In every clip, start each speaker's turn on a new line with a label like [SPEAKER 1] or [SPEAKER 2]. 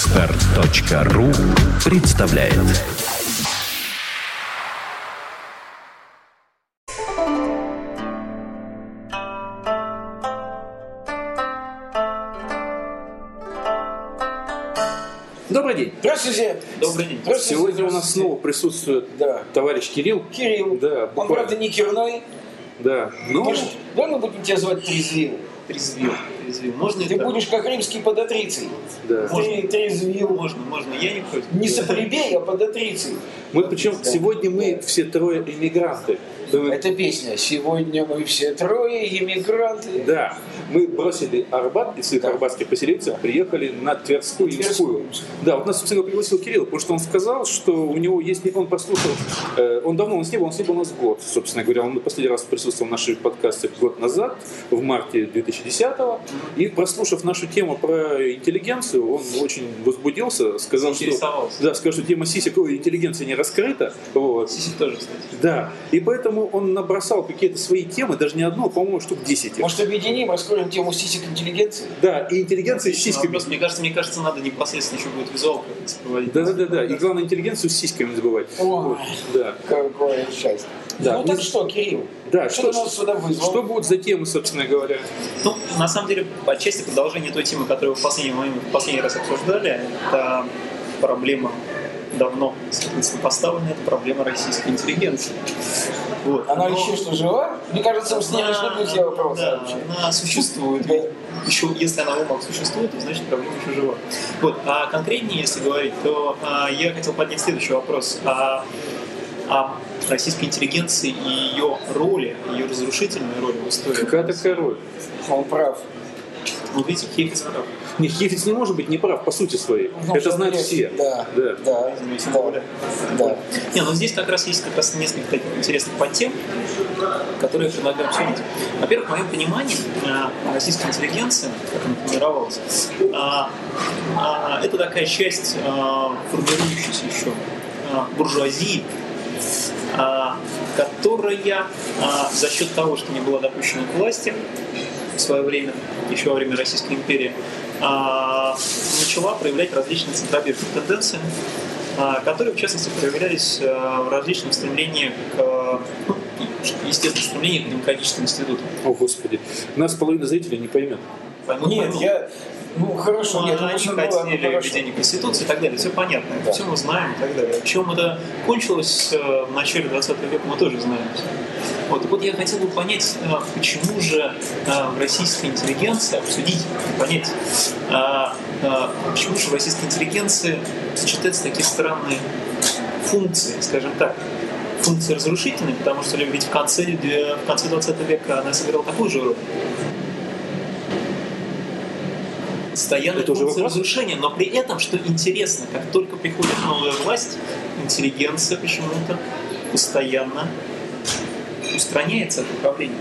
[SPEAKER 1] Отстар.ру представляет
[SPEAKER 2] Добрый день.
[SPEAKER 3] Здравствуйте.
[SPEAKER 2] Добрый день.
[SPEAKER 3] Здравствуйте.
[SPEAKER 2] Сегодня у нас снова присутствует
[SPEAKER 3] Да.
[SPEAKER 2] товарищ Кирилл.
[SPEAKER 3] Кирилл.
[SPEAKER 2] Да,
[SPEAKER 3] Он,
[SPEAKER 2] буквально.
[SPEAKER 3] правда, не Кирной.
[SPEAKER 2] Да. Ну,
[SPEAKER 3] Может, да, мы будем тебя звать Трезвил.
[SPEAKER 4] Трезвил, трезвил. Можно и
[SPEAKER 3] Ты
[SPEAKER 4] так?
[SPEAKER 3] будешь как римский податрицей.
[SPEAKER 2] да.
[SPEAKER 3] Ты трезвил.
[SPEAKER 4] Можно, можно. Я не против.
[SPEAKER 3] Не сопребей, а податрицей.
[SPEAKER 2] Мы причем сегодня мы все трое иммигранты. Мы-
[SPEAKER 3] Это песня. Сегодня мы все трое эмигранты.
[SPEAKER 2] Да, мы бросили Арбат и своих арбатских поселенцев, приехали на Тверскую и
[SPEAKER 3] Тверскую.
[SPEAKER 2] Имскую. Да, вот нас, собственно, пригласил Кирилл, потому что он сказал, что у него есть... не- Он послушал... э, он давно у нас не был, он с ним был у нас год, собственно говоря. Он последний раз присутствовал в нашей подкасте год назад, в марте 2010-го. И, прослушав нашу тему про интеллигенцию, он очень возбудился, сказал, что...
[SPEAKER 4] Заинтересовался.
[SPEAKER 2] Да, сказал, что тема сисек ой, интеллигенции не раскрыта. Вот.
[SPEAKER 4] Сиси тоже, кстати.
[SPEAKER 2] Да, и поэтому он набросал какие-то свои темы, даже не одну, а, по-моему, штук 10. их.
[SPEAKER 3] Может, объединим, раскроем тему сисек интеллигенции?
[SPEAKER 2] Да, и интеллигенция с
[SPEAKER 4] Отличный
[SPEAKER 2] сиськами.
[SPEAKER 4] вопрос. Мне кажется, мне кажется, надо непосредственно еще будет визуалку проводить.
[SPEAKER 2] Да, да, да, да. И главное интеллигенцию с сиськами не забывать.
[SPEAKER 3] Ой.
[SPEAKER 2] Вот, Да.
[SPEAKER 3] Какое счастье.
[SPEAKER 2] Да.
[SPEAKER 3] Ну так что, Кирилл?
[SPEAKER 2] Да,
[SPEAKER 3] что, ты нас сюда вызвал?
[SPEAKER 2] что будут за темы, собственно говоря?
[SPEAKER 4] Ну, на самом деле, отчасти продолжение той темы, которую в последний, момент, в последний раз обсуждали, это проблема давно, соответственно, поставленная, это проблема российской интеллигенции. Вот.
[SPEAKER 3] Она
[SPEAKER 2] Ну.
[SPEAKER 4] Но-
[SPEAKER 3] еще что, жива? Мне кажется, мы с ней
[SPEAKER 4] Она-
[SPEAKER 3] решили все вопросы
[SPEAKER 4] да,
[SPEAKER 3] вообще.
[SPEAKER 4] она существует.
[SPEAKER 3] Да.
[SPEAKER 4] Еще, если она в умах существует, то значит проблема еще жива. Вот. А конкретнее, если говорить, то а, я хотел поднять следующий вопрос. А, о российской интеллигенции и ее роли, ее разрушительной роли в истории.
[SPEAKER 2] Какая такая роль?
[SPEAKER 3] Он прав.
[SPEAKER 4] Вот видите, Хейфиц прав.
[SPEAKER 2] Нет, Хефиц не может быть неправ по сути своей.
[SPEAKER 3] Ну,
[SPEAKER 2] Это знают
[SPEAKER 3] нет,
[SPEAKER 2] все.
[SPEAKER 3] Да,
[SPEAKER 2] Да.
[SPEAKER 3] да, да.
[SPEAKER 4] Тем более.
[SPEAKER 3] да.
[SPEAKER 4] Не, ну здесь как раз есть как раз несколько таких интересных подтем, которые я предлагаю обсудить. Во-первых, в моем понимании э, российская интеллигенция, как она формировалась, а, а, это такая часть а, формирующейся еще а, буржуазии, а, которая а, за счет того, что не была допущена к власти в свое время, еще во время Российской империи, а, начала проявлять различные центробежные тенденции, а, которые, в частности, проявлялись а, в различном стремлении к, а, ну, естественно, стремлении к демократическим институтам.
[SPEAKER 2] О, Господи. Нас половина зрителей не поймет.
[SPEAKER 4] Поймут,
[SPEAKER 3] Нет,
[SPEAKER 4] поймут.
[SPEAKER 3] я... Ну, хорошо,
[SPEAKER 4] Ну,
[SPEAKER 3] нет,
[SPEAKER 4] они
[SPEAKER 3] лучше было, ну,
[SPEAKER 4] хотели
[SPEAKER 3] хорошо.
[SPEAKER 4] введение Конституции и так далее. Все понятно, это
[SPEAKER 3] Да.
[SPEAKER 4] все мы знаем и так далее. Чем это кончилось э, в начале 20 века, мы тоже знаем. Вот, и вот я хотел бы понять, э, почему же э, в российской интеллигенции, обсудить, понять, а, а, почему же в российской интеллигенции сочетаются такие странные функции, скажем так, функции разрушительные, потому что ведь в конце, э, в конце 20 века она сыграла такую же роль. Стоянная
[SPEAKER 2] Это уже
[SPEAKER 4] функция
[SPEAKER 2] вопрос?
[SPEAKER 4] разрушения, но при этом, что интересно, как только приходит новая власть, интеллигенция почему-то постоянно устраняется от управления.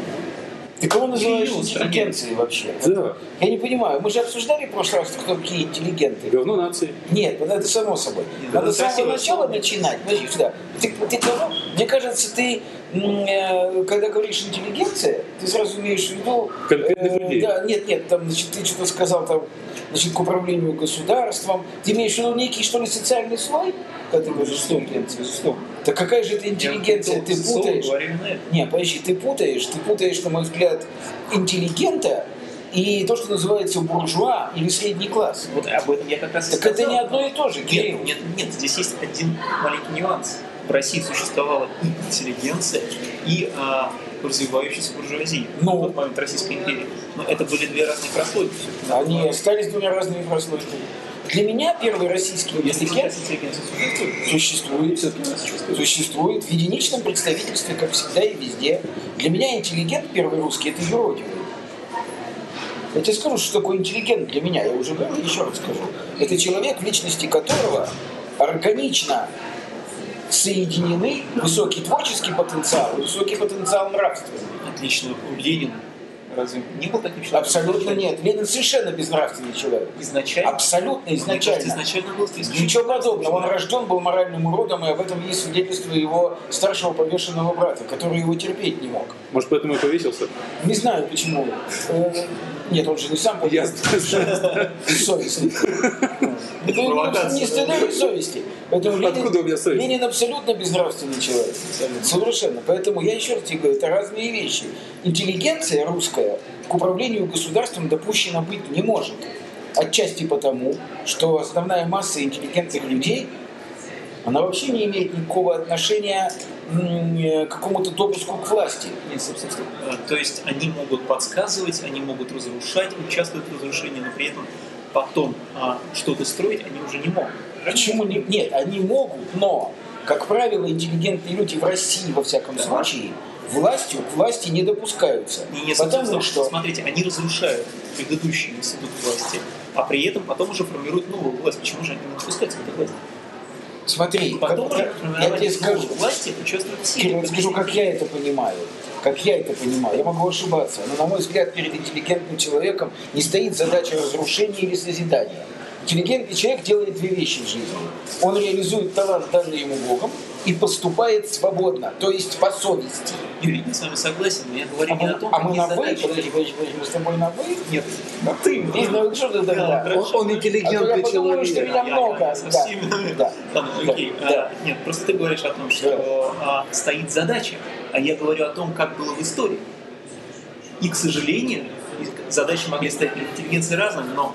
[SPEAKER 3] Ты кого называешь
[SPEAKER 4] Кирилл
[SPEAKER 3] интеллигенцией вообще?
[SPEAKER 2] Да.
[SPEAKER 3] Я не понимаю, мы же обсуждали в прошлый раз, кто такие интеллигенты.
[SPEAKER 2] Говно нации.
[SPEAKER 3] Нет, ну это само собой. Надо
[SPEAKER 4] это
[SPEAKER 3] с самого
[SPEAKER 4] красивое
[SPEAKER 3] начала
[SPEAKER 4] слово.
[SPEAKER 3] начинать. Подожди, сюда. Ты, ты кого? Мне кажется, ты, м, э, когда говоришь интеллигенция, ты сразу имеешь в виду...
[SPEAKER 2] Конкретных
[SPEAKER 3] э,
[SPEAKER 2] людей.
[SPEAKER 3] Да, нет, нет, там, значит, ты что-то сказал там, значит, к управлению государством. Ты имеешь в виду некий, что ли, социальный слой, когда ты говоришь, что интеллигенция, что? Да какая же это интеллигенция,
[SPEAKER 4] Я
[SPEAKER 3] ты
[SPEAKER 4] слово а
[SPEAKER 3] путаешь?
[SPEAKER 4] говорю именно это.
[SPEAKER 3] Не, подожди, ты путаешь, ты путаешь, на мой взгляд, интеллигента и то, что называется буржуа или средний класс.
[SPEAKER 4] Вот об этом я как раз и
[SPEAKER 3] Так это
[SPEAKER 4] сказал.
[SPEAKER 3] не одно и то же, Кирилл.
[SPEAKER 4] Нет, нет, нет, здесь есть один маленький нюанс. В России существовала и интеллигенция, и а, развивающаяся буржуазия.
[SPEAKER 3] Ну.
[SPEAKER 4] в тот момент Российской империи. Но это были две разные прослойки. всё-таки, надо
[SPEAKER 3] Они
[SPEAKER 4] говорить.
[SPEAKER 3] остались двумя разными прослойками. Для меня первый российский
[SPEAKER 4] Если
[SPEAKER 3] интеллигент
[SPEAKER 4] сейчас интеллигенция существует,
[SPEAKER 3] существует,
[SPEAKER 4] всё-таки она существует.
[SPEAKER 3] существует в единичном представительстве, как всегда и везде. Для меня интеллигент первый русский – это юродивый. Я тебе скажу, что такое интеллигент для меня. Я уже говорил, еще раз скажу. Это человек, в личности которого органично соединены высокий творческий потенциал и высокий потенциал нравственный.
[SPEAKER 4] Отлично. У Ленина разве не был таким человеком?
[SPEAKER 3] Абсолютно нет. Ленин совершенно безнравственный человек.
[SPEAKER 4] Изначально.
[SPEAKER 3] Абсолютно
[SPEAKER 4] Мне кажется,
[SPEAKER 3] изначально.
[SPEAKER 4] изначально был исключительно-
[SPEAKER 3] Ничего подобного. Он рожден был моральным уродом, и об этом есть свидетельство его старшего повешенного брата, который его терпеть не мог.
[SPEAKER 2] Может, поэтому и повесился?
[SPEAKER 3] Не знаю почему. Э, Нет, он же не сам
[SPEAKER 2] Я
[SPEAKER 3] победил. совести. Это
[SPEAKER 4] провокация.
[SPEAKER 3] не стыда и совести. Поэтому
[SPEAKER 2] Откуда
[SPEAKER 3] Ленин-
[SPEAKER 2] у меня совесть?
[SPEAKER 3] Ленин абсолютно безнравственный человек. Совершенно. Поэтому я еще раз тебе говорю, это разные вещи. Интеллигенция русская к управлению государством допущена быть не может. Отчасти потому, что основная масса интеллигентных людей она вообще не имеет никакого отношения м, э, к какому-то допуску к власти.
[SPEAKER 4] Нет, собственно, э, То есть они могут подсказывать, они могут разрушать, участвовать в разрушении, но при этом потом а, что-то строить они уже не могут.
[SPEAKER 3] Почему не- Нет, они могут, но, как правило, интеллигентные люди в России, во всяком
[SPEAKER 4] Да.
[SPEAKER 3] случае, властью к власти не допускаются.
[SPEAKER 4] И не собственно,
[SPEAKER 3] потому
[SPEAKER 4] потому что,
[SPEAKER 3] что
[SPEAKER 4] смотрите, они разрушают предыдущий институт власти, а при этом потом уже формируют новую власть. Почему же они не допускаются к этой власти?
[SPEAKER 3] Смотри,
[SPEAKER 4] Потом
[SPEAKER 3] как-
[SPEAKER 4] уже
[SPEAKER 3] я тебе
[SPEAKER 4] формирование
[SPEAKER 3] скажу,
[SPEAKER 4] новой власти участвуют все.
[SPEAKER 3] Кирилл, я скажу, как я это понимаю. Как я это понимаю. Я могу ошибаться. Но, на мой взгляд, перед интеллигентным человеком не стоит задача разрушения или созидания. Интеллигентный человек делает две вещи в жизни. Он реализует талант, данный ему Богом, и поступает свободно, то есть по совести.
[SPEAKER 4] Юрий, я с вами согласен, но я говорю
[SPEAKER 3] А
[SPEAKER 4] не
[SPEAKER 3] мы,
[SPEAKER 4] о том,
[SPEAKER 3] а мы
[SPEAKER 4] какие
[SPEAKER 3] на «вы»,
[SPEAKER 4] задачи-
[SPEAKER 3] подожди, подожди, подожди, мы с тобой на «вы»?
[SPEAKER 4] Нет,
[SPEAKER 3] Да ты, Здесь, ну что ты тогда?
[SPEAKER 4] Да,
[SPEAKER 5] Он, он
[SPEAKER 3] А то я
[SPEAKER 5] интеллигентный
[SPEAKER 3] подумаю, что
[SPEAKER 5] человек.
[SPEAKER 3] меня много.
[SPEAKER 4] со
[SPEAKER 3] Да.
[SPEAKER 4] всеми.
[SPEAKER 3] Да.
[SPEAKER 4] Ладно,
[SPEAKER 3] Да.
[SPEAKER 4] окей.
[SPEAKER 3] Да.
[SPEAKER 4] А, Нет, просто ты говоришь о том, что а, стоит задача, а я говорю о том, как было в истории. И, к сожалению, и задачи могли стать перед интеллигенцией разными, но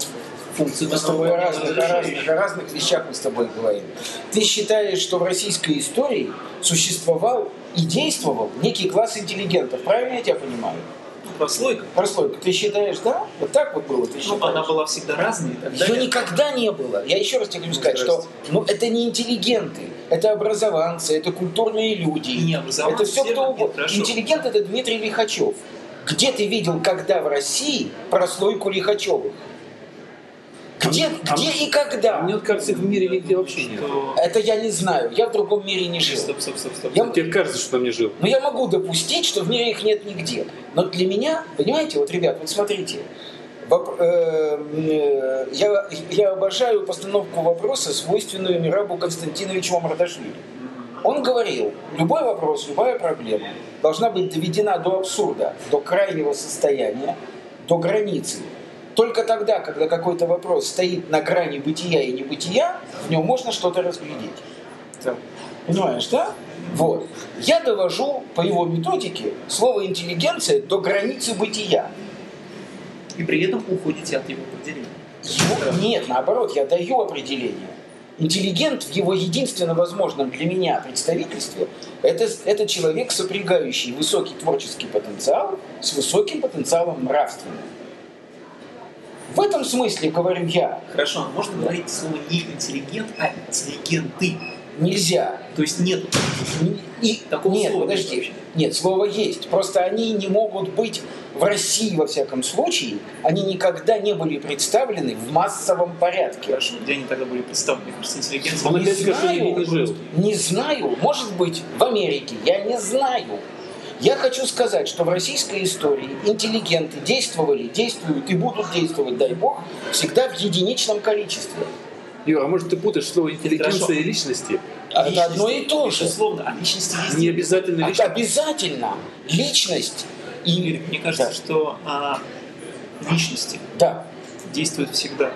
[SPEAKER 4] функцию
[SPEAKER 3] Мы с тобой о разных, о разных, о разных вещах мы с тобой говорим. Ты считаешь, что в российской истории существовал и действовал некий класс интеллигентов. Правильно я тебя понимаю?
[SPEAKER 4] Ну, прослойка.
[SPEAKER 3] Прослойка. Ты считаешь, да? Вот так вот было? Ты
[SPEAKER 4] Ну,
[SPEAKER 3] считаешь?
[SPEAKER 4] она была всегда разной и так
[SPEAKER 3] Ее
[SPEAKER 4] далее.
[SPEAKER 3] никогда не было. Я еще раз тебе хочу сказать, что
[SPEAKER 4] Здрасте.
[SPEAKER 3] ну, это не интеллигенты, это образованцы, это культурные люди.
[SPEAKER 4] И не образованцы,
[SPEAKER 3] это все
[SPEAKER 4] все
[SPEAKER 3] кто
[SPEAKER 4] равно,
[SPEAKER 3] угодно.
[SPEAKER 4] хорошо.
[SPEAKER 3] Интеллигент это Дмитрий Лихачев. Где ты видел, когда в России прослойку Лихачевых? Где,
[SPEAKER 2] а
[SPEAKER 3] где и когда?
[SPEAKER 2] Мне вот кажется, их в мире нигде вообще нет.
[SPEAKER 4] Что...
[SPEAKER 3] Это я не знаю. Я в другом мире не жил.
[SPEAKER 4] Стоп, стоп, стоп, стоп.
[SPEAKER 3] Я-
[SPEAKER 2] Тебе кажется, что там не жил.
[SPEAKER 3] Но я могу допустить, что в мире их нет нигде. Но для меня, понимаете, вот, ребят, вот смотрите, Воп- э, э, я, я обожаю постановку вопроса, свойственную Мирабу Константиновичу Мардашвили. Он говорил, любой вопрос, любая проблема должна быть доведена до абсурда, до крайнего состояния, до границы. Только тогда, когда какой-то вопрос стоит на грани бытия и небытия, в нем можно что-то разглядеть. Понимаешь, да? Вот. Я довожу по его методике слово интеллигенция до границы бытия.
[SPEAKER 4] И при этом уходите от его определения.
[SPEAKER 3] Его- нет, наоборот, я даю определение. Интеллигент в его единственно возможном для меня представительстве это, это человек, сопрягающий высокий творческий потенциал с высоким потенциалом нравственным. В этом смысле, говорю я,
[SPEAKER 4] Хорошо, а можно говорить слово не интеллигент, а интеллигенты.
[SPEAKER 3] нельзя.
[SPEAKER 4] То есть нет
[SPEAKER 3] И,
[SPEAKER 4] Такого
[SPEAKER 3] нет,
[SPEAKER 4] слова нет
[SPEAKER 3] подожди.
[SPEAKER 4] вообще.
[SPEAKER 3] Нет, слово есть. Просто они не могут быть в России, во всяком случае, они никогда не были представлены в массовом порядке.
[SPEAKER 4] Хорошо, где они тогда были представлены? Мне кажется, интеллигенция
[SPEAKER 2] Он
[SPEAKER 3] Не
[SPEAKER 2] опять скажет, что
[SPEAKER 3] знаю.
[SPEAKER 2] нигде не жил.
[SPEAKER 3] Не знаю, может быть, в Америке, я не знаю. Я хочу сказать, что в российской истории интеллигенты действовали, действуют и будут действовать, дай бог, всегда в единичном количестве.
[SPEAKER 2] Юра, а может ты путаешь слово интеллигенция
[SPEAKER 4] Хорошо.
[SPEAKER 2] и личности?
[SPEAKER 3] А Это
[SPEAKER 4] Личности,
[SPEAKER 3] одно и то же.
[SPEAKER 4] Безусловно, а личности есть.
[SPEAKER 2] Не обязательно
[SPEAKER 3] А
[SPEAKER 2] личность.
[SPEAKER 3] Обязательно личность и...
[SPEAKER 4] Игорь, мне кажется,
[SPEAKER 3] Да.
[SPEAKER 4] что а, личности
[SPEAKER 3] Да.
[SPEAKER 4] действуют всегда.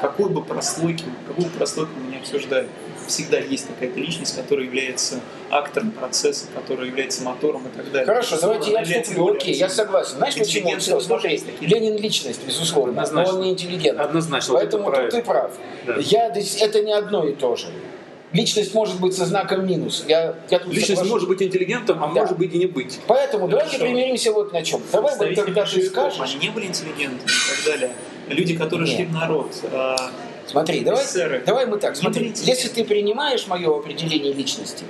[SPEAKER 4] Какой бы прослойки, какую бы прослойку мы не обсуждали, всегда есть какая-то личность, которая является актором процесса, которая является мотором и так далее.
[SPEAKER 3] Хорошо, давайте я
[SPEAKER 4] Она является
[SPEAKER 3] отступлю.
[SPEAKER 4] более
[SPEAKER 3] Окей, я
[SPEAKER 4] активной.
[SPEAKER 3] согласен. Знаешь, почему он
[SPEAKER 4] Интеллигенты
[SPEAKER 3] все?
[SPEAKER 4] тоже
[SPEAKER 3] Смотри,
[SPEAKER 4] есть такие.
[SPEAKER 3] Ленин личность, безусловно,
[SPEAKER 2] Однозначно.
[SPEAKER 3] но он не интеллигент.
[SPEAKER 2] Однозначно, вот
[SPEAKER 3] Поэтому
[SPEAKER 2] это
[SPEAKER 3] тут ты прав.
[SPEAKER 2] Да.
[SPEAKER 3] Я, дес- это не одно и то же. Личность может быть со знаком минус. Я, я тут
[SPEAKER 2] Личность
[SPEAKER 3] соглашусь.
[SPEAKER 2] может быть интеллигентом, а
[SPEAKER 3] Да.
[SPEAKER 2] может быть и не быть.
[SPEAKER 3] Поэтому давайте
[SPEAKER 4] Хорошо.
[SPEAKER 3] примиримся вот на чем. Давай вот
[SPEAKER 4] Представители
[SPEAKER 3] когда ты
[SPEAKER 4] большевиков,
[SPEAKER 3] скажешь.
[SPEAKER 4] Они не были интеллигентами и так далее. Люди, которые
[SPEAKER 3] Нет.
[SPEAKER 4] шли в народ. а,
[SPEAKER 3] Смотри, давай,
[SPEAKER 4] Офицеры.
[SPEAKER 3] давай мы так.
[SPEAKER 4] Не
[SPEAKER 3] Смотри,
[SPEAKER 4] брите.
[SPEAKER 3] если ты принимаешь мое определение личности,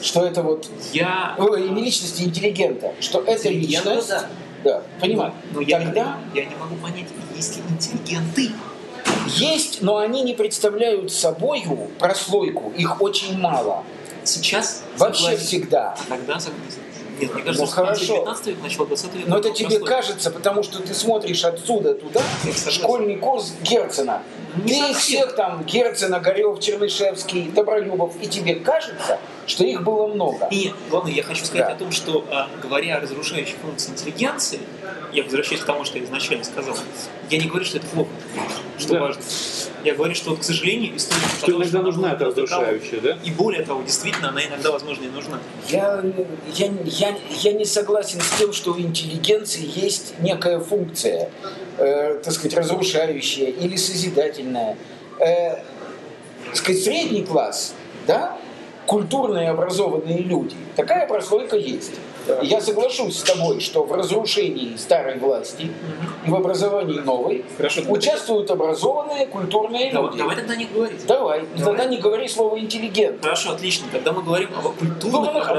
[SPEAKER 3] что это вот
[SPEAKER 4] я...
[SPEAKER 3] ой, не личности интеллигента, что это
[SPEAKER 4] Интеллигента,
[SPEAKER 3] личность.
[SPEAKER 4] да.
[SPEAKER 3] Да, понимаю.
[SPEAKER 2] Ну,
[SPEAKER 4] Но я, не,
[SPEAKER 3] Ну, Тогда
[SPEAKER 4] я не могу понять, есть ли интеллигенты.
[SPEAKER 3] Есть, но они не представляют собою прослойку, их очень мало.
[SPEAKER 4] Сейчас
[SPEAKER 3] Вообще
[SPEAKER 4] согласен.
[SPEAKER 3] всегда.
[SPEAKER 4] Тогда согласен. Нет, мне кажется,
[SPEAKER 3] Ну,
[SPEAKER 4] что
[SPEAKER 3] хорошо.
[SPEAKER 4] 19 век, начало 20 века.
[SPEAKER 3] Но это
[SPEAKER 4] было
[SPEAKER 3] тебе
[SPEAKER 4] простое.
[SPEAKER 3] кажется, потому что ты смотришь отсюда туда
[SPEAKER 4] Я согласен.
[SPEAKER 3] школьный курс Герцена.
[SPEAKER 4] Не
[SPEAKER 3] Ты их
[SPEAKER 4] совсем.
[SPEAKER 3] всех там, Герцена, Горев, Чернышевский, Добролюбов, и тебе кажется, что их было много.
[SPEAKER 4] И главное, я хочу сказать
[SPEAKER 3] Да.
[SPEAKER 4] о том, что а, говоря о разрушающей функции интеллигенции, я возвращаюсь к тому, что я изначально сказал, я не говорю, что это плохо, что
[SPEAKER 2] Да.
[SPEAKER 4] важно. Я говорю, что, вот, к сожалению, история...
[SPEAKER 2] Что
[SPEAKER 4] показала,
[SPEAKER 2] иногда
[SPEAKER 4] она
[SPEAKER 2] нужна эта
[SPEAKER 4] была для того-
[SPEAKER 2] разрушающая, да?
[SPEAKER 4] И более того, действительно, она иногда, возможно, и нужна.
[SPEAKER 3] Я, я, я, я не согласен с тем, что у интеллигенции есть некая функция, э, так сказать, разрушающая или созидательная. Э, так сказать, средний класс, да, культурные образованные люди, такая прослойка есть. И Я соглашусь с тобой, что в разрушении старой власти и в образовании новой
[SPEAKER 4] Хорошо, давай.
[SPEAKER 3] участвуют образованные культурные
[SPEAKER 4] Давай,
[SPEAKER 3] люди.
[SPEAKER 4] давай тогда не говорить.
[SPEAKER 3] Давай, и
[SPEAKER 4] Давай.
[SPEAKER 3] тогда не говори слово интеллигент.
[SPEAKER 4] Хорошо, отлично. Тогда мы говорим о культурных,
[SPEAKER 3] Культурных
[SPEAKER 4] образованных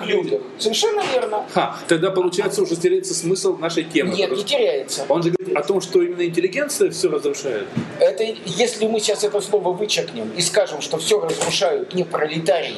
[SPEAKER 3] образованных людях.
[SPEAKER 4] людях.
[SPEAKER 3] Совершенно верно.
[SPEAKER 2] Ха, тогда получается уже теряется смысл нашей темы.
[SPEAKER 3] Нет,
[SPEAKER 2] Потому
[SPEAKER 3] не
[SPEAKER 2] что
[SPEAKER 3] теряется.
[SPEAKER 2] Он же говорит о том, что именно интеллигенция все разрушает.
[SPEAKER 3] Это, если мы сейчас это слово вычеркнем и скажем, что все разрушают не пролетарии,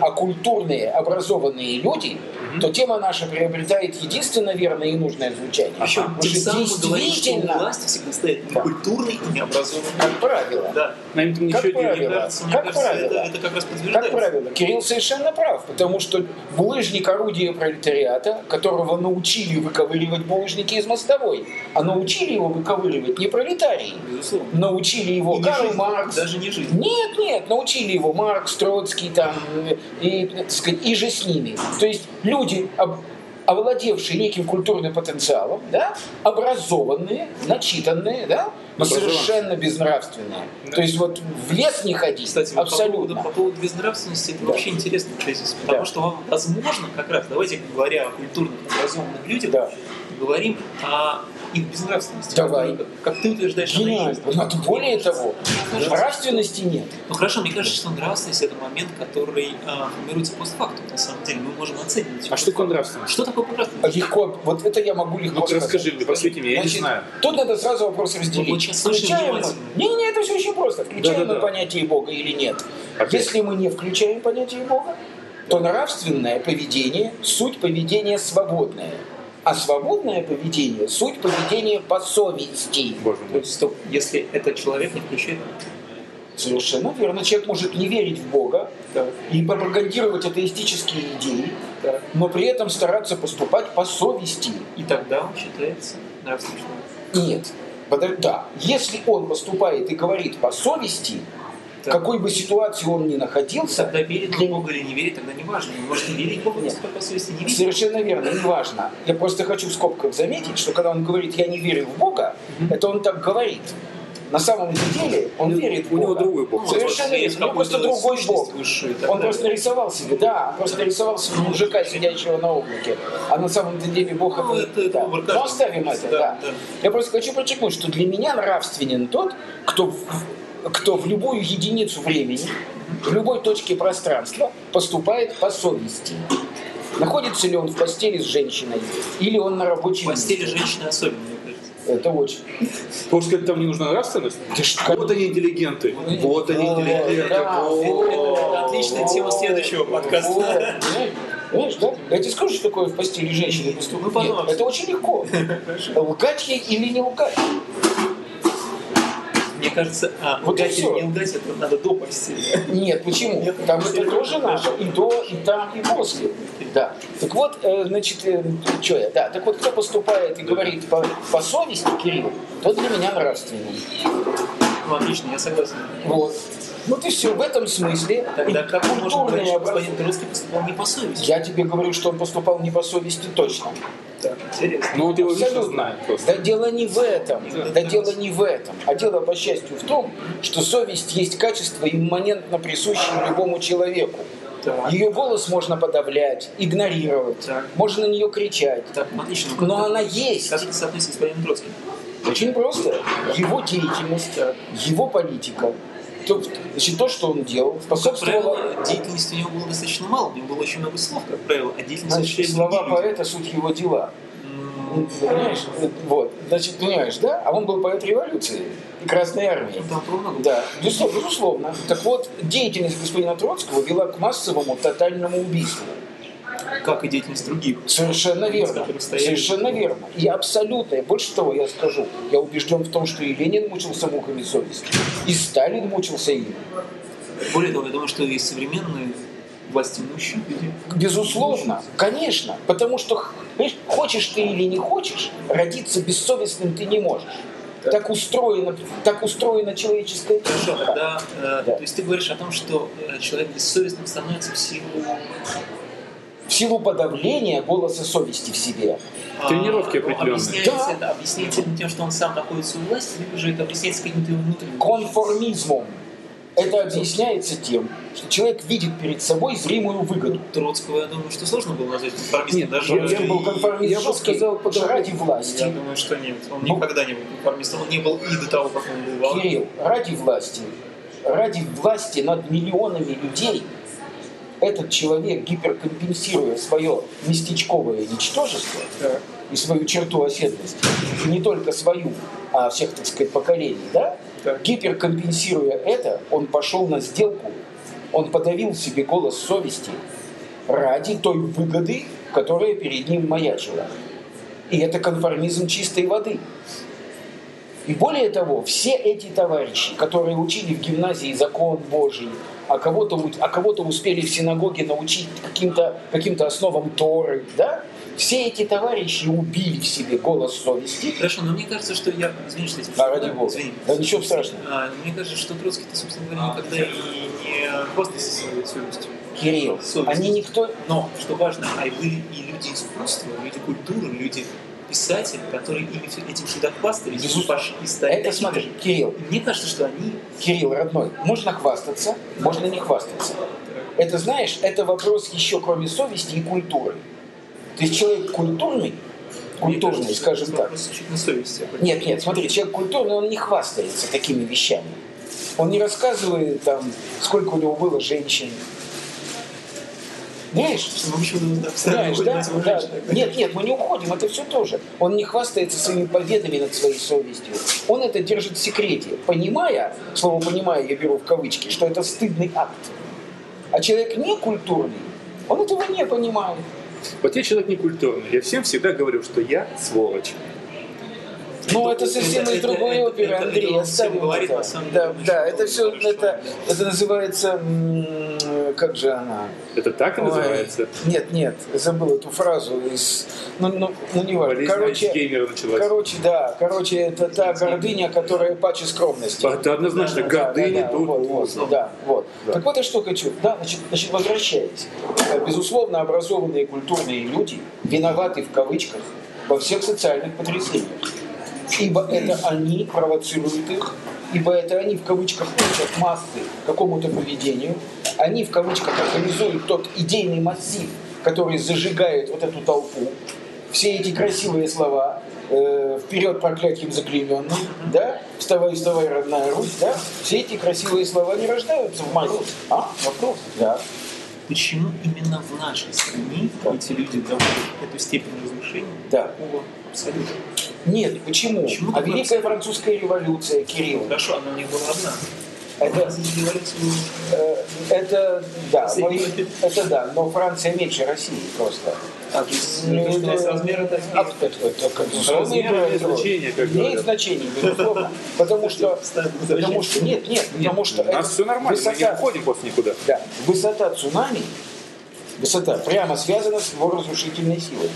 [SPEAKER 3] а культурные, образованные люди, то тема наша приобретает единственно верное и нужное звучание.
[SPEAKER 4] Причем,
[SPEAKER 3] Потому
[SPEAKER 4] тем
[SPEAKER 3] что
[SPEAKER 4] самым мы говорим, что у
[SPEAKER 3] действительно,
[SPEAKER 4] власти всегда стоит
[SPEAKER 3] Да.
[SPEAKER 4] некультурный и необразованный.
[SPEAKER 3] как правило,
[SPEAKER 4] Да.
[SPEAKER 2] На этом
[SPEAKER 3] Как
[SPEAKER 2] ничего не
[SPEAKER 3] правило.
[SPEAKER 4] Мне кажется, мне
[SPEAKER 3] Как
[SPEAKER 4] кажется, это,
[SPEAKER 3] правило.
[SPEAKER 4] это как раз подтверждается.
[SPEAKER 3] как правило, Кирилл совершенно прав, потому что булыжник орудие пролетариата, которого научили выковыривать булыжники из мостовой, а научили его выковыривать не пролетарии,
[SPEAKER 4] Безусловно.
[SPEAKER 3] научили его
[SPEAKER 4] И не
[SPEAKER 3] Ну, Карл
[SPEAKER 4] жизнь,
[SPEAKER 3] Маркс,
[SPEAKER 4] Даже не жизнь.
[SPEAKER 3] Нет, нет, научили его Маркс, Троцкий там, э, и, так сказать, и же с ними. То есть люди, об- овладевшие неким культурным потенциалом, да, образованные, начитанные, да, и
[SPEAKER 2] Образованные.
[SPEAKER 3] совершенно безнравственные.
[SPEAKER 2] Да.
[SPEAKER 3] То есть вот в лес не ходить,
[SPEAKER 4] Кстати, вот
[SPEAKER 3] абсолютно.
[SPEAKER 4] По, поводу, по поводу безнравственности, это
[SPEAKER 3] Да.
[SPEAKER 4] вообще интересный тезис, потому
[SPEAKER 3] Да.
[SPEAKER 4] что вам, возможно, как раз, давайте, говоря о культурных образованных людях,
[SPEAKER 3] Да.
[SPEAKER 4] говорим о их безнравственности.
[SPEAKER 3] Давай.
[SPEAKER 4] Как ты утверждаешь, она
[SPEAKER 3] Гениально.
[SPEAKER 4] есть.
[SPEAKER 3] Но более того,
[SPEAKER 4] Да.
[SPEAKER 3] нравственности нет.
[SPEAKER 4] Ну хорошо, мне кажется, что нравственность – это момент, который а, формируется постфактум, на самом деле. Мы можем оценивать.
[SPEAKER 2] А что такое нравственность?
[SPEAKER 4] Что такое нравственность?
[SPEAKER 3] Легко, вот это я могу легко
[SPEAKER 2] Ну-ка
[SPEAKER 3] сказать.
[SPEAKER 2] Ну, расскажи мне, просвети меня, я не
[SPEAKER 3] Значит,
[SPEAKER 2] знаю.
[SPEAKER 3] Тут надо сразу вопрос разделить.
[SPEAKER 4] Ну, вот сейчас слушаем
[SPEAKER 3] включаем мы...
[SPEAKER 4] внимательно.
[SPEAKER 3] Не, не, это все очень просто. Включаем
[SPEAKER 2] Да-да-да.
[SPEAKER 3] мы понятие Бога или нет.
[SPEAKER 2] Опять.
[SPEAKER 3] Если мы не включаем понятие Бога, то нравственное поведение – суть поведения свободное. А свободное поведение – суть поведения по совести.
[SPEAKER 2] Боже
[SPEAKER 4] То
[SPEAKER 2] мой.
[SPEAKER 4] есть, стоп, если этот человек не включает
[SPEAKER 3] Совершенно верно. Человек может не верить в Бога
[SPEAKER 4] Да.
[SPEAKER 3] и пропагандировать атеистические идеи,
[SPEAKER 4] Да.
[SPEAKER 3] но при этом стараться поступать по совести.
[SPEAKER 4] И тогда он считается нравственным. человеком.
[SPEAKER 3] Нет. Подо- Да. Если он поступает и говорит по совести, в
[SPEAKER 4] Да.
[SPEAKER 3] какой бы ситуации он ни находился,
[SPEAKER 4] Тогда верит он
[SPEAKER 3] Для-
[SPEAKER 4] в Бога или не верит, тогда не важно. Он может не верить в Бога,
[SPEAKER 3] Нет.
[SPEAKER 4] если по совести не верит.
[SPEAKER 3] совершенно верно, неважно. Я просто хочу в скобках заметить, что когда он говорит «я не верю в Бога», это он так говорит. На самом деле он верит в
[SPEAKER 2] у него
[SPEAKER 3] Бога.
[SPEAKER 2] другой Бог.
[SPEAKER 3] Совершенно
[SPEAKER 4] Есть
[SPEAKER 3] верно. У него
[SPEAKER 4] какой-то
[SPEAKER 3] просто другой
[SPEAKER 4] сущность
[SPEAKER 3] Бог.
[SPEAKER 4] высшая и так
[SPEAKER 3] Он
[SPEAKER 4] далее.
[SPEAKER 3] просто нарисовал себе, да, он просто нарисовал себе мужика, сидящего на облаке. А на самом деле Бог
[SPEAKER 4] Ну,
[SPEAKER 3] это...
[SPEAKER 4] это- это
[SPEAKER 3] да.
[SPEAKER 4] выбор
[SPEAKER 3] Но
[SPEAKER 4] каждого.
[SPEAKER 3] оставим это,
[SPEAKER 4] Да,
[SPEAKER 3] да.
[SPEAKER 4] да.
[SPEAKER 3] Я просто хочу подчеркнуть, что для меня нравственен тот, кто в, кто в любую единицу времени, в любой точке пространства поступает по совести. Находится ли он в постели с женщиной, или он на рабочем
[SPEAKER 4] В постели
[SPEAKER 3] месте.
[SPEAKER 4] женщины особенно, мне кажется.
[SPEAKER 3] Это очень.
[SPEAKER 2] Может сказать, там не нужна нравственность?
[SPEAKER 3] Ты ж-
[SPEAKER 2] Вот они интеллигенты. Вот они
[SPEAKER 3] Вот,
[SPEAKER 2] интеллигенты.
[SPEAKER 3] да,
[SPEAKER 2] Вот.
[SPEAKER 4] Это отличная тема следующего
[SPEAKER 3] Вот,
[SPEAKER 4] подкаста.
[SPEAKER 3] понимаешь? Понимаешь, да? Я тебе скажу, что такое в постели женщины
[SPEAKER 4] Ну,
[SPEAKER 3] поступает.
[SPEAKER 4] пожалуйста.
[SPEAKER 3] Нет, это очень легко. Лгать ей или не лгать?
[SPEAKER 4] Мне кажется, а,
[SPEAKER 3] Вот и
[SPEAKER 4] лгать или
[SPEAKER 3] всё.
[SPEAKER 4] не лгать, это надо до постели.
[SPEAKER 3] Нет, почему?
[SPEAKER 4] Нет,
[SPEAKER 3] Там это
[SPEAKER 4] серьезно,
[SPEAKER 3] тоже наше. И до, и там, и после. Да. Так вот, э, значит, что я? Да, так вот, кто поступает и говорит по, по совести, Кирилл, тот для меня нравственный.
[SPEAKER 4] Ну, отлично, я согласен.
[SPEAKER 3] Вот. Вот и все. В этом смысле
[SPEAKER 4] Тогда
[SPEAKER 3] и
[SPEAKER 4] как мы можем
[SPEAKER 3] культурные
[SPEAKER 4] говорить, что
[SPEAKER 3] образ-
[SPEAKER 4] господин Троцкий поступал не по совести?
[SPEAKER 3] Я тебе говорю, что он поступал не по совести точно.
[SPEAKER 4] Так, интересно.
[SPEAKER 2] Ну вот его лично
[SPEAKER 3] Абсолютно.
[SPEAKER 2] знают просто.
[SPEAKER 3] Да дело не в этом.
[SPEAKER 4] Да.
[SPEAKER 3] Да дело не в этом. А дело, по счастью, в том, что совесть есть качество, имманентно присущее любому человеку.
[SPEAKER 4] Так.
[SPEAKER 3] Ее голос можно подавлять, игнорировать,
[SPEAKER 4] Так.
[SPEAKER 3] можно на нее кричать.
[SPEAKER 4] Так, ну, отлично. Ну, как
[SPEAKER 3] Но
[SPEAKER 4] это-
[SPEAKER 3] она есть.
[SPEAKER 4] Как это соотносится с господином Троцким?
[SPEAKER 3] Очень просто. Его деятельность, его политика, то, значит, то, что он делал,
[SPEAKER 4] Ну, Как
[SPEAKER 3] способствовало...
[SPEAKER 4] правило, деятельности у него было достаточно мало, у него было очень много слов, как правило, а деятельность
[SPEAKER 3] Значит,
[SPEAKER 4] осуществляли
[SPEAKER 3] слова
[SPEAKER 4] другие люди.
[SPEAKER 3] поэта – суть его дела.
[SPEAKER 4] М,
[SPEAKER 3] Понимаешь? Вот. Значит, понимаешь, да? А он был поэт революции и Красной армии.
[SPEAKER 4] Там было много.
[SPEAKER 3] Да, безусловно, безусловно. Так вот, деятельность господина Троцкого вела к массовому тотальному убийству.
[SPEAKER 4] как и деятельность других.
[SPEAKER 3] Совершенно верно.
[SPEAKER 4] которые стояли.
[SPEAKER 3] Совершенно верно. И абсолютно. И Больше того, я скажу, я убежден в том, что и Ленин мучился муками совести, и Сталин мучился им.
[SPEAKER 4] Более того, я думаю, что и современные власти имущие люди.
[SPEAKER 3] Безусловно, конечно. Потому что, х- понимаешь, хочешь ты или не хочешь, родиться бессовестным ты не можешь.
[SPEAKER 4] Да.
[SPEAKER 3] Так устроена, так устроена человеческая
[SPEAKER 4] Хорошо,
[SPEAKER 3] психика.
[SPEAKER 4] тогда, э,
[SPEAKER 3] Да.
[SPEAKER 4] то есть ты говоришь о том, что э, человек бессовестным становится в силу...
[SPEAKER 3] В силу подавления голоса совести в себе.
[SPEAKER 4] а,
[SPEAKER 2] Тренировки
[SPEAKER 4] ну,
[SPEAKER 2] определенные.
[SPEAKER 4] Объясняется,
[SPEAKER 3] Да.
[SPEAKER 4] это, объясняется это тем, что он сам находится у власти, либо же это объясняется каким-то его внутренним...
[SPEAKER 3] Конформизмом. Это объясняется тем, что человек видит перед собой зримую выгоду.
[SPEAKER 4] Троцкого, я думаю, что сложно было назвать конформистом.
[SPEAKER 2] Нет,
[SPEAKER 4] даже
[SPEAKER 2] Троцкий
[SPEAKER 3] Он был конформист
[SPEAKER 2] Я бы
[SPEAKER 3] жесткий,
[SPEAKER 2] сказал, подавление.
[SPEAKER 3] ради власти.
[SPEAKER 4] Я думаю, что нет. Он
[SPEAKER 3] Ну.
[SPEAKER 4] никогда не был конформистом. Он не был и до того, как он был во армии.
[SPEAKER 3] Кирилл, ради власти, ради власти над миллионами людей, этот человек, гиперкомпенсируя свое местечковое ничтожество
[SPEAKER 4] Так.
[SPEAKER 3] и свою черту оседлости, и не только свою, а всех, так сказать, поколений, да,
[SPEAKER 4] Так.
[SPEAKER 3] гиперкомпенсируя это, он пошел на сделку, он подавил в себе голос совести ради той выгоды, которая перед ним маячила. И это конформизм чистой воды. И более того, все эти товарищи, которые учили в гимназии закон Божий, а кого-то, у- а кого-то успели в синагоге научить каким-то каким основам Торы, да? все эти товарищи убили в себе голос совести.
[SPEAKER 4] Хорошо, но мне кажется, что я... Извини, что я тебя
[SPEAKER 3] А
[SPEAKER 4] перебиваю.
[SPEAKER 3] ради бога.
[SPEAKER 4] Извини.
[SPEAKER 3] Да ничего страшного.
[SPEAKER 4] А, мне кажется, что Троцкий-то, собственно говоря, никогда и не хвастался своей совестью.
[SPEAKER 3] Кирилл,
[SPEAKER 4] Совесть.
[SPEAKER 3] они никто...
[SPEAKER 4] Но, что важно, а и были и люди искусства, люди культуры, люди писатели, которые ими всё- этим всегда хвастались, и
[SPEAKER 3] Безусловно.
[SPEAKER 4] пошли и стали
[SPEAKER 3] Это
[SPEAKER 4] такими
[SPEAKER 3] смотри,
[SPEAKER 4] же.
[SPEAKER 3] Кирилл,
[SPEAKER 4] И Мне кажется, что они...
[SPEAKER 3] Кирилл, родной, можно хвастаться, можно не хвастаться. Это, знаешь, это вопрос еще кроме совести и культуры. То есть человек культурный,
[SPEAKER 4] мне
[SPEAKER 3] культурный,
[SPEAKER 4] кажется, что
[SPEAKER 3] скажем
[SPEAKER 4] это
[SPEAKER 3] так,
[SPEAKER 4] Вопрос чуть на совести. я понимаю.
[SPEAKER 3] Нет, нет, смотри, человек культурный, он не хвастается такими вещами. Он не рассказывает там, сколько у него было женщин. Знаешь?
[SPEAKER 4] Ну, в общем, да,
[SPEAKER 3] Знаешь, да?
[SPEAKER 4] абсолютно
[SPEAKER 3] Да.
[SPEAKER 4] женщина.
[SPEAKER 3] Нет, нет, мы не уходим, это все тоже. Он не хвастается своими победами над своей совестью. Он это держит в секрете, понимая, слово «понимая» я беру в кавычки, что это стыдный акт. А человек не культурный, он этого не понимает.
[SPEAKER 2] Вот я человек некультурный. Я всем всегда говорю, что я сволочь.
[SPEAKER 3] Ну, это совсем
[SPEAKER 4] это-
[SPEAKER 3] из
[SPEAKER 4] это-
[SPEAKER 3] другой
[SPEAKER 4] это-
[SPEAKER 3] оперы,
[SPEAKER 4] это-
[SPEAKER 3] Андрей,
[SPEAKER 4] это он
[SPEAKER 3] оставим
[SPEAKER 4] всем говорит,
[SPEAKER 3] это.
[SPEAKER 4] на самом деле,
[SPEAKER 3] Да,
[SPEAKER 4] он
[SPEAKER 3] да,
[SPEAKER 4] очень
[SPEAKER 3] это все,
[SPEAKER 4] хорошо.
[SPEAKER 3] это, это называется, м, как же она?
[SPEAKER 2] Это так и
[SPEAKER 3] Ой,
[SPEAKER 2] называется?
[SPEAKER 3] Нет, нет, забыл эту фразу из, ну, ну, ну не важно.
[SPEAKER 2] Болезнь
[SPEAKER 3] Короче,
[SPEAKER 2] Альцгеймера началась.
[SPEAKER 3] короче, да, короче, это та гордыня, которая паче скромности.
[SPEAKER 2] Это А однозначно
[SPEAKER 3] Да,
[SPEAKER 2] гордыня
[SPEAKER 3] да, да,
[SPEAKER 2] тут
[SPEAKER 3] вот, вот,
[SPEAKER 2] узно.
[SPEAKER 3] да, вот.
[SPEAKER 2] Да.
[SPEAKER 3] Так вот я что хочу. Да, значит, значит, возвращаясь. Э, Безусловно, образованные и культурные люди виноваты в кавычках во всех социальных потрясениях. Ибо это они провоцируют их, ибо это они в кавычках учат массы какому-то поведению, они в кавычках организуют тот идейный массив, который зажигает вот эту толпу. Все эти красивые слова э, «Вперед, проклятием заклеменным», да? «Вставай, вставай, родная Русь», да? Все эти красивые слова не рождаются в массе. А? Вопрос? Да.
[SPEAKER 4] Почему именно в нашей стране эти люди доводят эту степень разрушения?
[SPEAKER 3] Да.
[SPEAKER 4] Такого абсолютно.
[SPEAKER 3] Нет, почему?
[SPEAKER 4] Почему
[SPEAKER 3] а
[SPEAKER 4] такое
[SPEAKER 3] Великая Французская революция, Кирилл,
[SPEAKER 4] Хорошо, она у них была одна.
[SPEAKER 3] это
[SPEAKER 4] Революцию
[SPEAKER 3] Э, Это да, но, и-
[SPEAKER 4] Соединенные.
[SPEAKER 3] это да, но Франция меньше России просто.
[SPEAKER 4] А, то есть,
[SPEAKER 2] Ну,
[SPEAKER 4] то, что у нас размер, это
[SPEAKER 3] А, это- это конституционные
[SPEAKER 2] Размер имеет
[SPEAKER 3] правила.
[SPEAKER 2] значение, как
[SPEAKER 3] Имеет
[SPEAKER 2] говорят.
[SPEAKER 3] значение, безусловно. Потому что,
[SPEAKER 4] Ставим
[SPEAKER 3] потому что нет, нет, потому что
[SPEAKER 2] У нас
[SPEAKER 3] это
[SPEAKER 2] все нормально, мы не
[SPEAKER 3] высота-
[SPEAKER 2] уходим после никуда.
[SPEAKER 3] да, высота цунами, высота прямо связана с его разрушительной силой.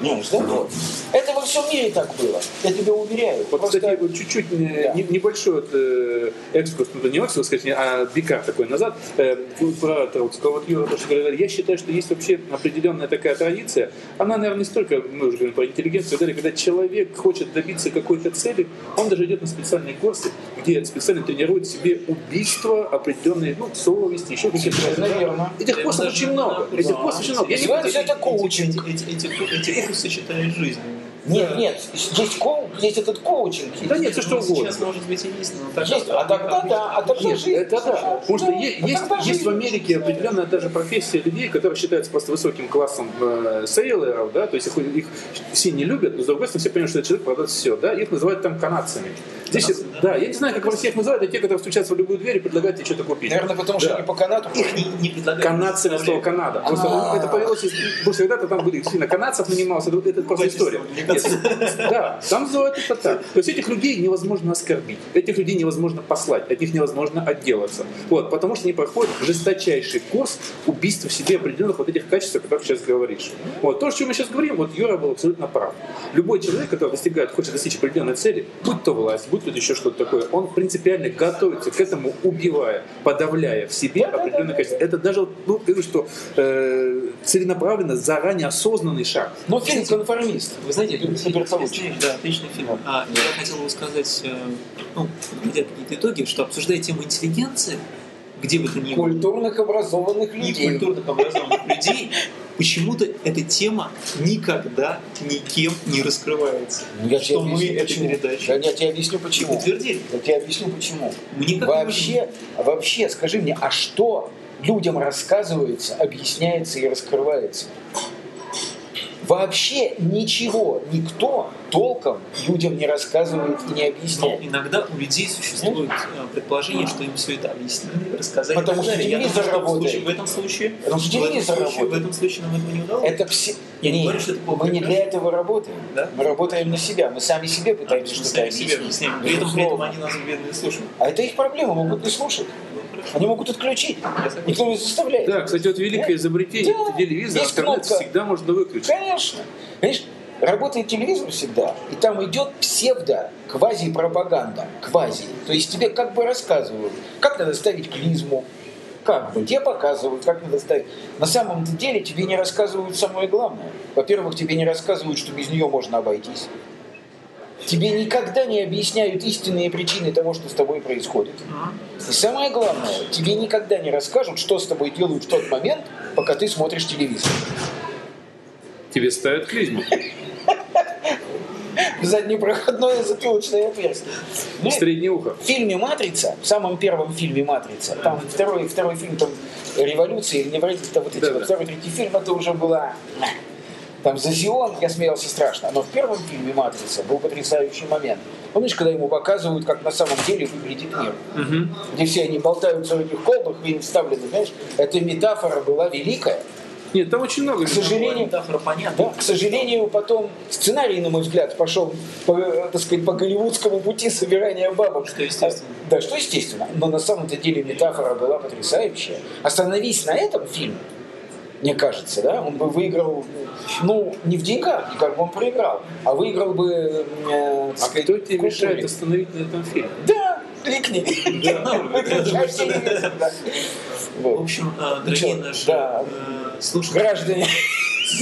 [SPEAKER 3] Понимаешь, да? Вот. Это во всем мире так было. Я тебя уверяю.
[SPEAKER 2] Вот,
[SPEAKER 3] Просто-
[SPEAKER 2] кстати, вот чуть-чуть э,
[SPEAKER 3] Да.
[SPEAKER 2] не- небольшой вот, э, экскурс, ну, не экскурс, скажите, а бикар такой назад, э, ну, про Троцкого, вот Юра тоже говорил, я считаю, что есть вообще определенная такая традиция, она, наверное, не столько, мы уже говорим про интеллигенцию, и так далее, когда человек хочет добиться какой-то цели, он даже идет на специальные курсы, где специально тренирует себе убийство, определенные, ну, совесть, еще какие-то.
[SPEAKER 3] Наверное.
[SPEAKER 2] Этих курсов очень много, этих курсов очень много. Я не
[SPEAKER 3] Называется
[SPEAKER 2] буду-
[SPEAKER 3] это коучинг.
[SPEAKER 4] Эти, эти, эти, эти курсы читают жизнь.
[SPEAKER 3] Нет, нет, здесь, коу, здесь этот коучинг.
[SPEAKER 2] Да нет, все что
[SPEAKER 4] Ну,
[SPEAKER 2] угодно.
[SPEAKER 4] Сейчас, может быть, и есть, но так...
[SPEAKER 3] Есть, а тогда да, а тогда
[SPEAKER 2] Нет,
[SPEAKER 3] жизнь.
[SPEAKER 2] это да. Потому что
[SPEAKER 3] Да,
[SPEAKER 2] е-
[SPEAKER 3] а
[SPEAKER 2] есть,
[SPEAKER 3] тогда
[SPEAKER 2] есть в
[SPEAKER 3] жизнь.
[SPEAKER 2] Америке определенная даже профессия людей, которые считаются просто высоким классом э, сейлоров, да, то есть их, их все не любят, но с другой стороны все понимают, что этот человек продает все, да, их называют там канадцами. Здесь, да, я не знаю, как в России их называют, это те, которые стучатся в любую дверь и предлагают тебе что-то купить.
[SPEAKER 3] Наверное, потому что
[SPEAKER 2] Да.
[SPEAKER 3] они по канату.
[SPEAKER 4] Их не, не предлагают.
[SPEAKER 2] Канадцы на слово Канада. Просто
[SPEAKER 3] А-а-а.
[SPEAKER 2] это повелось, из- потому что когда-то там были сильно канадцев нанималось, это, это просто история. Нет, да, там называют это так. То есть этих людей невозможно оскорбить, этих людей невозможно послать, от них невозможно отделаться. Вот, потому что они проходят жесточайший курс убийства в себе определенных вот этих качеств, о которых сейчас говоришь. Вот, то, о чем мы сейчас говорим, вот Юра был абсолютно прав. Любой человек, который достигает, хочет достичь определенной цели, будь то власть, будь то еще что-то такое, он принципиально готовится к этому, убивая, подавляя в себе определенное качество. Это даже, вот, ну, говорю, что э, целенаправленно, заранее осознанный шаг.
[SPEAKER 3] Но фильм «Конформист».
[SPEAKER 4] Вы знаете,
[SPEAKER 3] Фильм
[SPEAKER 4] отличный-
[SPEAKER 3] Беркович.
[SPEAKER 4] да, отличный фильм. А, я хотел бы сказать, э, ну, подведя какие-то итоги, что обсуждая тему интеллигенции, где бы то ни было,
[SPEAKER 3] Культурных образованных
[SPEAKER 4] и
[SPEAKER 3] людей.
[SPEAKER 4] культурных образованных людей, почему-то эта тема никогда никем не раскрывается.
[SPEAKER 3] Ну, я тебе
[SPEAKER 4] что мы
[SPEAKER 3] объясню,
[SPEAKER 4] этой
[SPEAKER 3] почему.
[SPEAKER 4] передачей
[SPEAKER 3] Да, я тебе объясню,
[SPEAKER 4] не
[SPEAKER 3] почему.
[SPEAKER 4] подтвердили.
[SPEAKER 3] Я тебе объясню, почему.
[SPEAKER 4] Мне как
[SPEAKER 3] Вообще, вообще, скажи мне, а что людям рассказывается, объясняется и раскрывается? Вообще ничего, никто толком людям не рассказывает и не
[SPEAKER 4] Но
[SPEAKER 3] объясняет.
[SPEAKER 4] иногда у людей существует э, предположение, что им все это объяснили, рассказали. и
[SPEAKER 3] Потому
[SPEAKER 4] так
[SPEAKER 3] что
[SPEAKER 4] далее. Я
[SPEAKER 3] телевизор
[SPEAKER 4] думаю, что в,
[SPEAKER 3] работает.
[SPEAKER 4] случае, в этом случае,
[SPEAKER 3] Потому что
[SPEAKER 4] в этом
[SPEAKER 3] телевизор
[SPEAKER 4] случае, в
[SPEAKER 3] работает.
[SPEAKER 4] этом случае нам этого не удалось.
[SPEAKER 3] Это все...
[SPEAKER 4] Я не
[SPEAKER 3] Нет,
[SPEAKER 4] говорю, что это плохо,
[SPEAKER 3] мы не для
[SPEAKER 4] конечно.
[SPEAKER 3] этого работаем.
[SPEAKER 4] Да?
[SPEAKER 3] Мы работаем на себя, мы сами себе
[SPEAKER 4] Потому
[SPEAKER 3] пытаемся
[SPEAKER 4] что мы
[SPEAKER 3] что-то
[SPEAKER 4] сами себе
[SPEAKER 3] объяснить.
[SPEAKER 4] объясняем. При этом, при этом
[SPEAKER 3] Безусловно.
[SPEAKER 4] они нас бедные слушают.
[SPEAKER 3] А это их проблема, могут не слушать.
[SPEAKER 4] Ну, хорошо.
[SPEAKER 3] Они могут отключить.
[SPEAKER 4] Я согласен.
[SPEAKER 3] Никто не заставляет.
[SPEAKER 2] Да, кстати, вот великое изобретение
[SPEAKER 3] Да,
[SPEAKER 2] телевизора,
[SPEAKER 3] есть
[SPEAKER 2] интернет
[SPEAKER 3] кнопка.
[SPEAKER 2] всегда можно выключить.
[SPEAKER 3] Конечно. Понимаешь, работает телевизор всегда, и там идет псевдо квази-пропаганда. Квази. То есть тебе как бы рассказывают, как надо ставить клизму, как бы. Тебе показывают, как надо ставить. На самом деле тебе не рассказывают самое главное. Во-первых, тебе не рассказывают, что без нее можно обойтись. Тебе никогда не объясняют истинные причины того, что с тобой происходит. И самое главное, тебе никогда не расскажут, что с тобой делают в тот момент, пока ты смотришь телевизор.
[SPEAKER 2] Тебе ставят клизму.
[SPEAKER 3] заднепроходное затылочное отверстие. Ну,
[SPEAKER 2] В среднее ухо.
[SPEAKER 3] в фильме «Матрица», в самом первом фильме «Матрица», там второй, второй фильм, там «Революция» или не «Революция», там вот эти,
[SPEAKER 2] Да,
[SPEAKER 3] вот
[SPEAKER 2] да.
[SPEAKER 3] второй, третий фильм, это уже была... Там за Зион я смеялся страшно, но в первом фильме «Матрица» был потрясающий момент. Помнишь, когда ему показывают, как на самом деле выглядит мир? Где все они болтаются в этих колбах и им вставлены, знаешь? Эта метафора была великая.
[SPEAKER 2] Нет, там очень много.
[SPEAKER 3] К сожалению,
[SPEAKER 4] Метафора
[SPEAKER 3] да,
[SPEAKER 4] понятна.
[SPEAKER 3] к сожалению, потом сценарий, на мой взгляд, пошел по, э, так сказать, по голливудскому пути собирания бабок.
[SPEAKER 4] Что естественно.
[SPEAKER 3] А, Да, что естественно. Но на самом-то деле метафора была потрясающая. Остановись на этом фильме, мне кажется, да, он бы выиграл, ну, не в деньгах, как бы он проиграл, а выиграл бы, э, так
[SPEAKER 2] А
[SPEAKER 3] сказать,
[SPEAKER 2] кто тебе
[SPEAKER 3] в культуре.
[SPEAKER 2] мешает остановить на этом фильме?
[SPEAKER 3] Да, кликни.
[SPEAKER 4] ну,
[SPEAKER 3] Выключай телевизор, да.
[SPEAKER 4] В
[SPEAKER 3] Вот.
[SPEAKER 4] общем, э, дорогие
[SPEAKER 3] Ничего,
[SPEAKER 4] наши
[SPEAKER 3] да.
[SPEAKER 4] э, слушатели,
[SPEAKER 3] Граждане.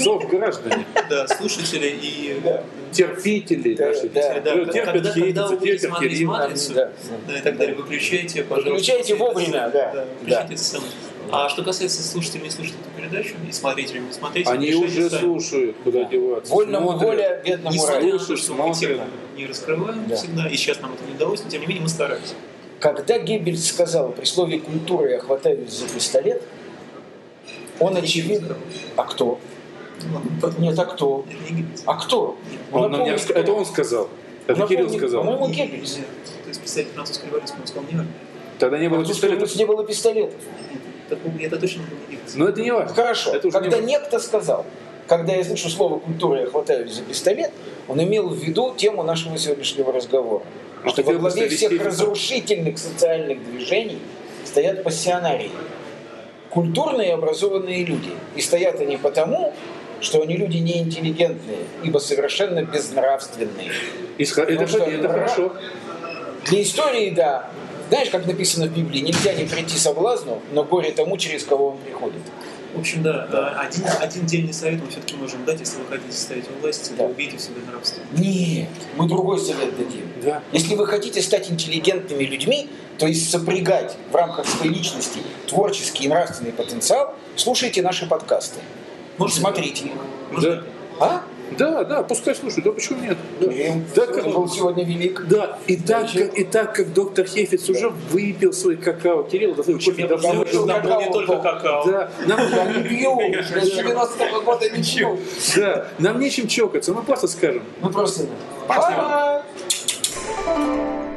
[SPEAKER 2] Сов граждане,
[SPEAKER 4] да, слушатели и
[SPEAKER 3] Да.
[SPEAKER 2] терпители.
[SPEAKER 3] Да,
[SPEAKER 2] наши.
[SPEAKER 3] да.
[SPEAKER 4] Да,
[SPEAKER 2] Ну,
[SPEAKER 4] когда-
[SPEAKER 2] терпят
[SPEAKER 4] когда- когда
[SPEAKER 2] хейтятся,
[SPEAKER 4] вы будете
[SPEAKER 2] терпят
[SPEAKER 4] смотреть
[SPEAKER 2] Кирилл.
[SPEAKER 4] «Матрицу»,
[SPEAKER 3] Да.
[SPEAKER 4] да, и так далее, выключайте, пожалуйста.
[SPEAKER 3] Выключайте вовремя, да. Да.
[SPEAKER 4] Включайте сцену. А что касается слушателей, не слушать эту передачу, и смотрителей, не смотреть,
[SPEAKER 2] Они
[SPEAKER 4] решайте
[SPEAKER 2] уже
[SPEAKER 4] сами.
[SPEAKER 2] слушают, куда деваться.
[SPEAKER 3] Вольному
[SPEAKER 2] смотрят.
[SPEAKER 3] воля, бедному рай.
[SPEAKER 4] Несмотря на то,
[SPEAKER 2] слушаешь,
[SPEAKER 4] что мы
[SPEAKER 2] смотришь.
[SPEAKER 4] тему не раскрываем
[SPEAKER 3] Да.
[SPEAKER 4] всегда, и сейчас нам это не удалось, но тем не менее мы стараемся.
[SPEAKER 3] Когда Геббельс сказал, при слове «культура» я хватаюсь за пистолет, он очевидно... А кто?
[SPEAKER 4] Ну, ладно, потом.
[SPEAKER 3] Нет, а кто?
[SPEAKER 4] Это не Геббельс.
[SPEAKER 3] А кто?
[SPEAKER 2] Он нам не
[SPEAKER 3] Напомни,
[SPEAKER 2] раска-
[SPEAKER 3] кто?
[SPEAKER 2] Это он сказал. Это
[SPEAKER 3] Напомни,
[SPEAKER 2] Кирилл сказал.
[SPEAKER 3] По-моему, Геббельс.
[SPEAKER 4] Нет, То есть представитель французской революции, он сказал, не важно.
[SPEAKER 2] Тогда не было
[SPEAKER 3] Потому А что ну,
[SPEAKER 2] пистолета.
[SPEAKER 3] у нас не было пистолетов.
[SPEAKER 4] Такого- Это точно не был Геббельс.
[SPEAKER 2] Но это не важно.
[SPEAKER 3] Хорошо.
[SPEAKER 2] Это уже не
[SPEAKER 3] Когда
[SPEAKER 2] важно.
[SPEAKER 3] некто сказал, когда я слышу слово «культура», я хватаюсь за пистолет, он имел в виду тему нашего сегодняшнего разговора.
[SPEAKER 2] А
[SPEAKER 3] Что
[SPEAKER 2] хотел
[SPEAKER 3] во
[SPEAKER 2] бы
[SPEAKER 3] главе
[SPEAKER 2] ставить
[SPEAKER 3] всех
[SPEAKER 2] фильм.
[SPEAKER 3] разрушительных социальных движений стоят пассионарии. Культурные и образованные люди. И стоят они потому, что они люди неинтеллигентные, ибо совершенно безнравственные.
[SPEAKER 2] Исход- Это
[SPEAKER 3] Ну что,
[SPEAKER 2] это
[SPEAKER 3] ну,
[SPEAKER 2] хорошо.
[SPEAKER 3] Для истории, да. Знаешь, как написано в Библии, нельзя не прийти соблазну, но горе тому, через кого он приходит.
[SPEAKER 4] В общем, да, э, один, один дельный совет мы все-таки можем дать, если вы хотите стоять у власти,
[SPEAKER 3] Да.
[SPEAKER 4] то убейте в себе нравство.
[SPEAKER 3] Нет, мы другой совет дадим.
[SPEAKER 2] Да.
[SPEAKER 3] Если вы хотите стать интеллигентными людьми, то есть сопрягать в рамках своей личности творческий и нравственный потенциал, слушайте наши подкасты. Ну,
[SPEAKER 4] Можно?
[SPEAKER 3] Смотрите.
[SPEAKER 4] Можно?
[SPEAKER 2] Да.
[SPEAKER 3] А?
[SPEAKER 2] Да, да, пускай слушают. Да почему нет? Да. Да, как-
[SPEAKER 3] Он был сегодня велик.
[SPEAKER 2] Да, и так, как, и так как доктор Хефиц уже выпил свой какао, Кирилл, да, свой кофе,
[SPEAKER 4] Я
[SPEAKER 2] да,
[SPEAKER 4] бы
[SPEAKER 3] потому
[SPEAKER 2] да,
[SPEAKER 4] сделал,
[SPEAKER 3] что
[SPEAKER 4] чтобы там был не
[SPEAKER 3] какао-
[SPEAKER 4] только а, какао.
[SPEAKER 2] да, нам,
[SPEAKER 3] Я не пью. Я с 90-го года не пью.
[SPEAKER 2] да, нам нечем чокаться, мы просто скажем,
[SPEAKER 3] Ну просто...
[SPEAKER 4] Спасибо.
[SPEAKER 3] Папа!